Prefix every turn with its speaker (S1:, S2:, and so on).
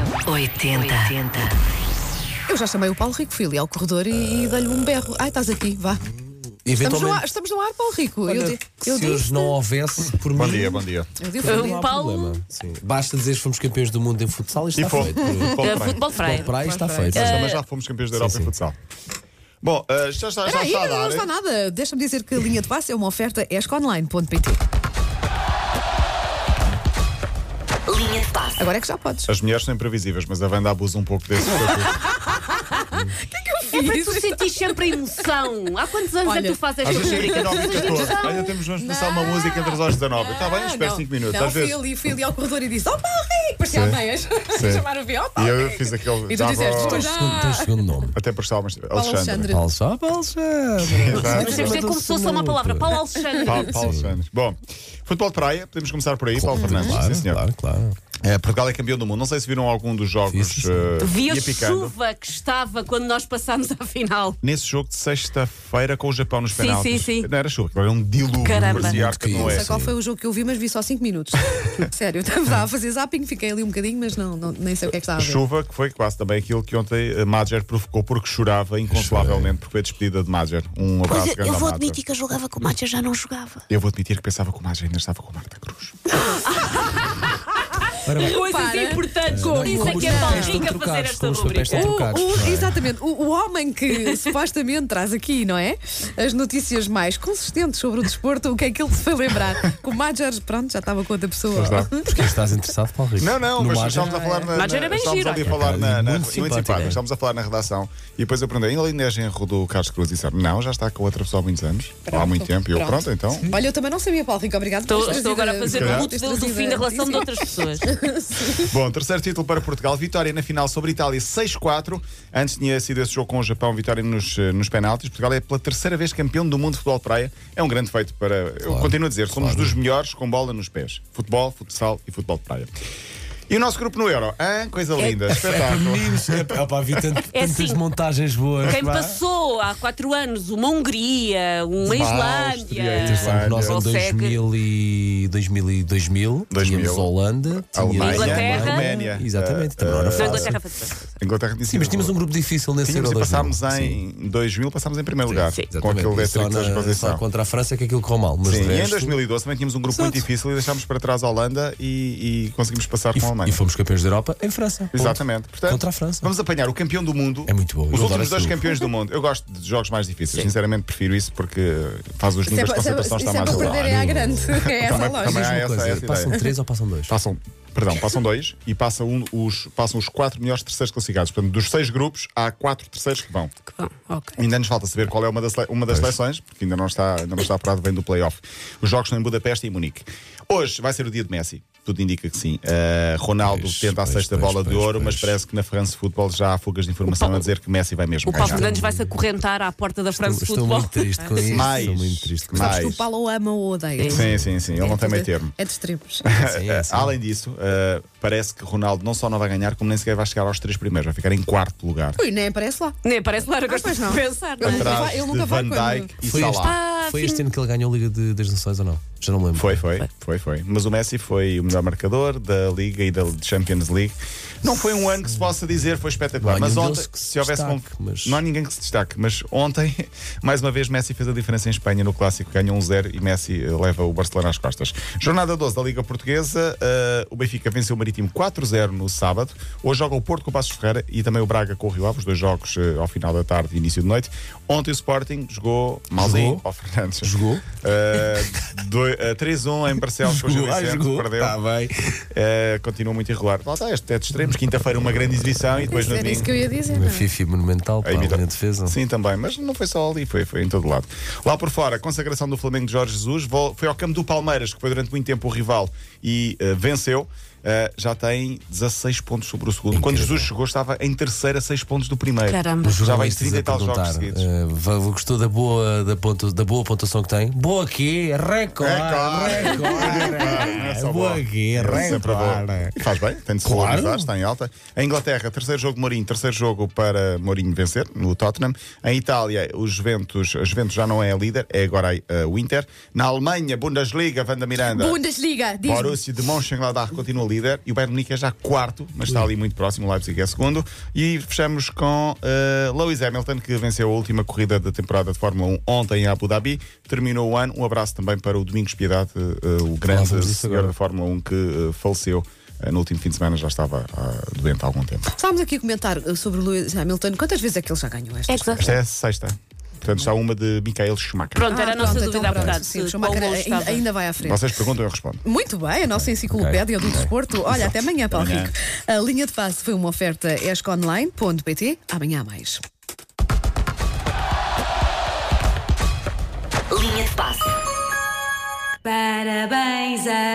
S1: M80.
S2: Eu já chamei o Paulo Rico, fui ali ao corredor e, e dei-lhe um berro. Ai, estás aqui, vá. Estamos no, ar,
S3: Eventualmente,
S2: estamos no ar, Paulo Rico. eu di- eu
S3: se hoje
S2: disse.
S3: não houvesse, por
S4: Bom
S3: mim.
S4: dia, bom dia.
S2: Eu disse.
S5: Eu-
S2: eu disse.
S5: Paulo-
S3: problema. Sim. Basta dizer que fomos campeões do mundo em futsal e está
S4: E fomos.
S3: feito.
S4: É Futebol
S2: É
S5: Uh,
S4: bem.
S5: futebol praia.
S3: Para aí está feito.
S4: Nós também já fomos campeões da Europa
S3: sim.
S4: em futsal. Bom, eh, já está, já
S2: Espera aí,
S4: está a
S2: não
S4: dar.
S2: está
S4: eh?
S2: nada. Deixa-me dizer que a linha de passe é uma oferta esconline.pt.
S1: Linha de passe.
S2: Agora é que já podes.
S4: As mulheres são imprevisíveis, mas a Wanda abusa um pouco desse estatuto.
S5: É para tu sentires sempre a emoção. Há quantos anos é
S2: Olha,
S5: que tu fazes
S4: Às
S5: esta
S4: vezes chega
S5: rubrica?
S4: 19 e 14. Ainda temos, vamos começar uma música entre as horas 19. Está Tá bem, espera
S2: Não,
S4: 5 minutos.
S2: É Ah, Não,
S4: Às
S2: fui
S4: vezes.
S2: ali, fui ali ao corredor e disse: Ó Paulo Rico! Parecia
S4: Sim.
S2: meias.
S4: Sim.
S2: Chamaram o Vio,
S4: E
S2: Paulo
S4: eu
S2: Rico.
S4: fiz aquele.
S2: E tu
S4: já
S2: disseste,
S5: Eh,
S4: vou-
S2: "Pois
S3: Tens segundo- tens segundo nome.
S4: Até por estar, mas.
S2: Paulo Alexandre.
S4: Alexandre.
S3: Paulo Sá, Paulo Sá.
S4: Exato.
S5: Mas temos de ver como se fosse só uma palavra. Paulo Alexandre.
S4: Pa- Paulo Alexandre. Bom, futebol de praia, podemos começar por aí,
S2: Uhum.
S4: Paulo Fernandes.
S3: Claro,
S4: Sim, senhor.
S3: claro, claro.
S4: Eh, Portugal é campeão do mundo. Não sei se viram algum dos jogos.
S3: Sim, sim, sim.
S4: eh,
S5: Vi a
S4: ia picando.
S5: chuva que estava quando nós passámos à final.
S4: nesse jogo de sexta-feira com o Japão nos
S5: Sim,
S4: penaltis.
S5: sim, sim.
S4: Não era chuva, era um dilúvio. é?
S5: Caramba.
S4: Parecia arca de
S3: Muito
S2: Não
S4: Noé.
S2: sei qual foi o jogo que eu vi, mas vi só 5 minutos. Sério, eu estava a fazer zapping, fiquei ali um bocadinho, mas não, não- nem sei o que é que estava a ver.
S4: Chuva, que foi quase também aquilo que ontem a Madger provocou porque chorava inconsolavelmente porque foi a despedida de Madger. Um
S5: é,
S4: abraço
S6: Pois é, eu,
S4: grande
S6: eu
S4: ao
S6: vou
S4: Madger.
S6: admitir que eu jogava com o Mate, eu já não jogava.
S4: Eu vou admitir que pensava que o Madger ainda estava com o Marta Cruz.
S3: Ora bem,
S5: Coisas
S2: Para.
S5: importantes.
S3: não,
S5: Por isso é
S3: como
S5: que
S3: os
S5: é Paulo
S3: papéis estão
S5: Rico a fazer
S3: trocados,
S5: esta
S3: como os papéis
S5: rubrica.
S3: estão
S5: Uh,
S2: O-
S3: trocados.
S2: o-
S3: não é?
S2: Exatamente, o, o homem que supostamente traz aqui, não é? As notícias mais consistentes sobre o desporto, o que é que ele se foi lembrar? Com o Major, pronto, já estava com outra pessoa.
S5: uh.
S4: Pois dá.
S3: Porque estás interessado, Paulo Rico?
S4: Não, não,
S3: No
S4: mas
S3: Margem?
S4: estávamos a falar na. na
S5: Madger é bem
S4: estávamos
S5: giro,
S4: ali a
S5: olha.
S4: falar na. na
S3: Muito
S4: muito
S3: simpático,
S4: simpático,
S3: é.
S4: estávamos a falar na redação e depois eu perguntei, ainda ainda é genro do Carlos Cruz e disseram, não, já está com outra pessoa há muitos anos, há
S2: Pronto,
S4: muito tempo. E eu,
S2: pronto.
S4: pronto, então.
S2: Olha, eu também não sabia, Paulo Rico, obrigado por
S5: Estou,
S2: teres
S5: estou agora a
S2: trazido
S5: fazer
S4: calhar.
S5: o luto
S2: teres
S5: do
S2: trazido
S5: fim
S2: a
S5: da relação de
S2: notícia.
S5: outras pessoas.
S4: Bom, terceiro título para Portugal. Vitória na final sobre Itália 6-4. Antes tinha sido esse jogo com o Japão, vitória nos, eh, nos penaltis. Portugal é pela terceira vez campeão do mundo de futebol de praia. É um grande feito para. eu
S3: Claro,
S4: continuo a dizer, somos
S3: claro.
S4: dos melhores com bola nos pés: futebol, futsal e futebol de praia. E o nosso grupo no Euro? Ah, coisa linda, espetáculo.
S3: Meninos, é, opa, vi tanto-
S5: É
S3: tantas
S5: assim.
S3: montagens boas.
S5: Quem
S3: pá.
S5: passou há quatro anos uma Hungria, uma
S4: Áustria,
S5: Islândia.
S3: Atenção, que nós em
S5: Consegue.
S3: 2000 e 2000, e 2000 tínhamos
S4: 2000.
S3: Holanda,
S4: Alemanha,
S3: tínhamos
S5: Inglaterra.
S4: Roménia.
S3: Exatamente, também não era
S5: Não,
S3: fácil.
S5: Inglaterra faz-
S4: Inglaterra tinha
S3: Sim, mas tínhamos um grupo difícil nesse
S4: Tínhamos
S3: Euro
S4: e
S3: 2000.
S4: passámos
S3: Sim,
S4: em 2000, passámos em primeiro lugar.
S5: sim.
S4: Com
S3: exatamente.
S4: aquele
S3: E só
S4: elétrico da
S3: na- Só
S4: exposição.
S3: contra a França é que aquilo correu mal. Mas
S4: Sim,
S3: de
S4: e em
S3: resto-
S4: 2012 também tínhamos um grupo muito
S3: Exato.
S4: difícil e deixámos para trás a Holanda e, e conseguimos passar
S3: E,
S4: com a
S3: f-
S4: Alemanha.
S3: e fomos campeões da Europa em França. Ponto.
S4: Exatamente. Portanto,
S3: Contra a França.
S4: Vamos apanhar o campeão do mundo.
S3: É muito bom. Eu
S4: Os
S3: adoro
S4: últimos
S3: esse
S4: dois
S3: grupo.
S4: campeões do mundo. Eu gosto de jogos mais difíceis. Sinceramente, prefiro isso porque faz os
S2: Se é
S4: níveis de
S2: para- se é
S4: concentração
S2: se
S4: estar
S2: é para
S4: mais
S2: perder, é à grande. É essa a
S4: Também-
S2: lógica.
S4: também há
S3: Diz-me uma
S4: Ah, essa-
S3: coisa,
S4: essa
S3: passam
S4: ideia.
S3: três ou passam dois?
S4: Passam, perdão, passam dois e passam, um- os, passam os quatro melhores terceiros classificados. Portanto, dos seis grupos, há quatro terceiros que vão. Ainda nos falta saber qual é uma das, sele- uma das seleções, porque ainda não está, ainda não está apurado bem do playoff. Os jogos são em Budapeste e em Munique. Hoje vai ser o dia de Messi. Tudo indica que sim. Eh, Ronaldo
S3: Pois,
S4: tenta a
S3: pois,
S4: sexta
S3: pois,
S4: bola de
S3: pois,
S4: ouro, mas
S3: pois.
S4: parece que na France Football já há fugas de informação
S5: Paulo-
S4: a dizer que Messi vai mesmo
S5: O Paulo
S4: ganhar.
S5: Fernandes vai-se acorrentar à porta da França
S3: Estou,
S5: de
S3: estou
S5: Futebol.
S3: muito triste com isso.
S4: Mais.
S3: Estou muito triste com
S2: Sabes que o
S4: mais.
S2: Paulo ama ou odeia.
S4: Sim, sim, sim. Ele não tem meio
S2: de-
S4: termo.
S2: É de extremos.
S3: isso. Sim, é
S4: Eh,
S3: assim.
S4: Além disso, eh, parece que Ronaldo não só não vai ganhar, como nem sequer vai chegar aos três primeiros, vai ficar em quarto lugar.
S2: Ui, nem aparece lá.
S5: Nem parece lá, agora
S2: Ah, pois
S5: estou a
S2: não.
S5: pensar. não é?
S2: Atrás.
S4: Atrás
S2: eu
S4: de
S2: nunca
S4: Van
S2: vai quando-
S4: Dijk e
S3: Foi este,
S4: Salah.
S3: foi
S5: sim.
S3: este ano que ele ganhou a Liga de- das Nações ou não? Já não me lembro.
S4: Foi, foi, foi, foi. Mas o Messi foi o melhor marcador da Liga e da Champions League. Não foi um ano que se possa dizer foi espetacular.
S3: Não há
S4: Mas
S3: nenhum
S4: ontem,
S3: deles que se
S4: se houvesse
S3: destaque,
S4: um-
S3: mas-
S4: não há ninguém que se destaque. Mas ontem, mais uma vez, Messi fez a diferença em Espanha no clássico, ganhou 1-0 e Messi eh, leva o Barcelona às costas. Jornada 12 da Liga Portuguesa, eh, o Benfica venceu o Marítimo 4-0 no sábado. Hoje joga o Porto com o Passos Ferreira e também o Braga com o Rio Ave, os dois jogos eh, ao final da tarde e início de noite. Ontem o Sporting jogou malzinho
S3: Jogou.
S4: ao Fernandes.
S3: Jogou.
S4: Eh, doi- eh, 3-1 em Barcelos com o Gil
S3: Jogou, ah,
S4: Vicente,
S3: jogou.
S4: perdeu.
S3: Tá bem.
S4: Eh, continua muito irregular. Lá está, este é de extremos. Quinta-feira uma grande exibição e depois no
S2: Era isso que
S4: domingo.
S2: eu ia dizer. não
S3: Uma
S2: é?
S3: Fifi monumental para
S4: a
S3: a
S4: imita-
S3: linha de defesa.
S4: Sim, também, mas não foi só ali, foi, foi em todo lado. Lá por fora, a consagração do Flamengo de Jorge Jesus vol- foi ao campo do Palmeiras, que foi durante muito tempo o rival e eh, venceu. Eh, já tem 16 pontos sobre o segundo. Quando Jesus chegou, estava em terceira, 6 pontos do primeiro.
S5: Caramba.
S3: Os
S4: Já vai
S3: jornalistas
S4: 30 e
S3: a
S4: tal jogos
S3: perguntar,
S4: seguidos.
S3: eh, va- gostou da boa, da, pontu- da boa pontuação que tem? Boa aqui, é recorde!
S4: Recorde. Não é
S3: Recorde!
S4: só
S3: boa
S4: bom.
S3: aqui,
S4: É sempre bom.
S3: recorde!
S4: E faz bem, tem de se
S3: Claro.
S4: valorizar, está em alta. A Inglaterra, terceiro jogo de Mourinho, terceiro jogo para Mourinho vencer no Tottenham. Em Itália, os Juventus, a Juventus já não é a líder, é agora eh, o Inter. Na Alemanha, Bundesliga, Vanda Miranda.
S2: Bundesliga, diz
S4: Borussia de Mönchengladbach continua líder e o Bayern de Munique é já quarto, mas está ali muito próximo, o Leipzig é segundo. E fechamos com eh, Lewis Hamilton, que venceu a última corrida da temporada de Fórmula 1 ontem em Abu Dhabi. Terminou o ano. Um abraço também para o Domingos Piedade, eh, eh, o grande
S3: Falávamos disso
S4: senhor
S3: agora.
S4: da Fórmula 1 que eh, faleceu. eh, No último fim de semana já estava ah, doente há algum tempo.
S2: Estávamos aqui a comentar uh, sobre o Lewis Hamilton. Quantas vezes é que ele já ganhou esta?
S5: Exato.
S4: Esta é a sexta. Portanto, está uma de Michael Schumacher.
S5: Pronto, era a nossa
S2: pronto, então
S5: dúvida há
S2: pronto.
S5: bocado.
S2: Sim,
S5: se
S2: o Schumacher é-
S5: quão bom
S2: ainda-
S5: estava.
S2: ainda vai à frente.
S4: Vocês perguntam, eu respondo.
S2: Muito bem, a nossa enciclopédia do desporto. Olha, até amanhã, Paulo
S4: Amanhã.
S2: Rico. A linha de passe foi uma oferta esconline.pt. Amanhã há mais.
S1: Linha de passe.
S7: Parabéns a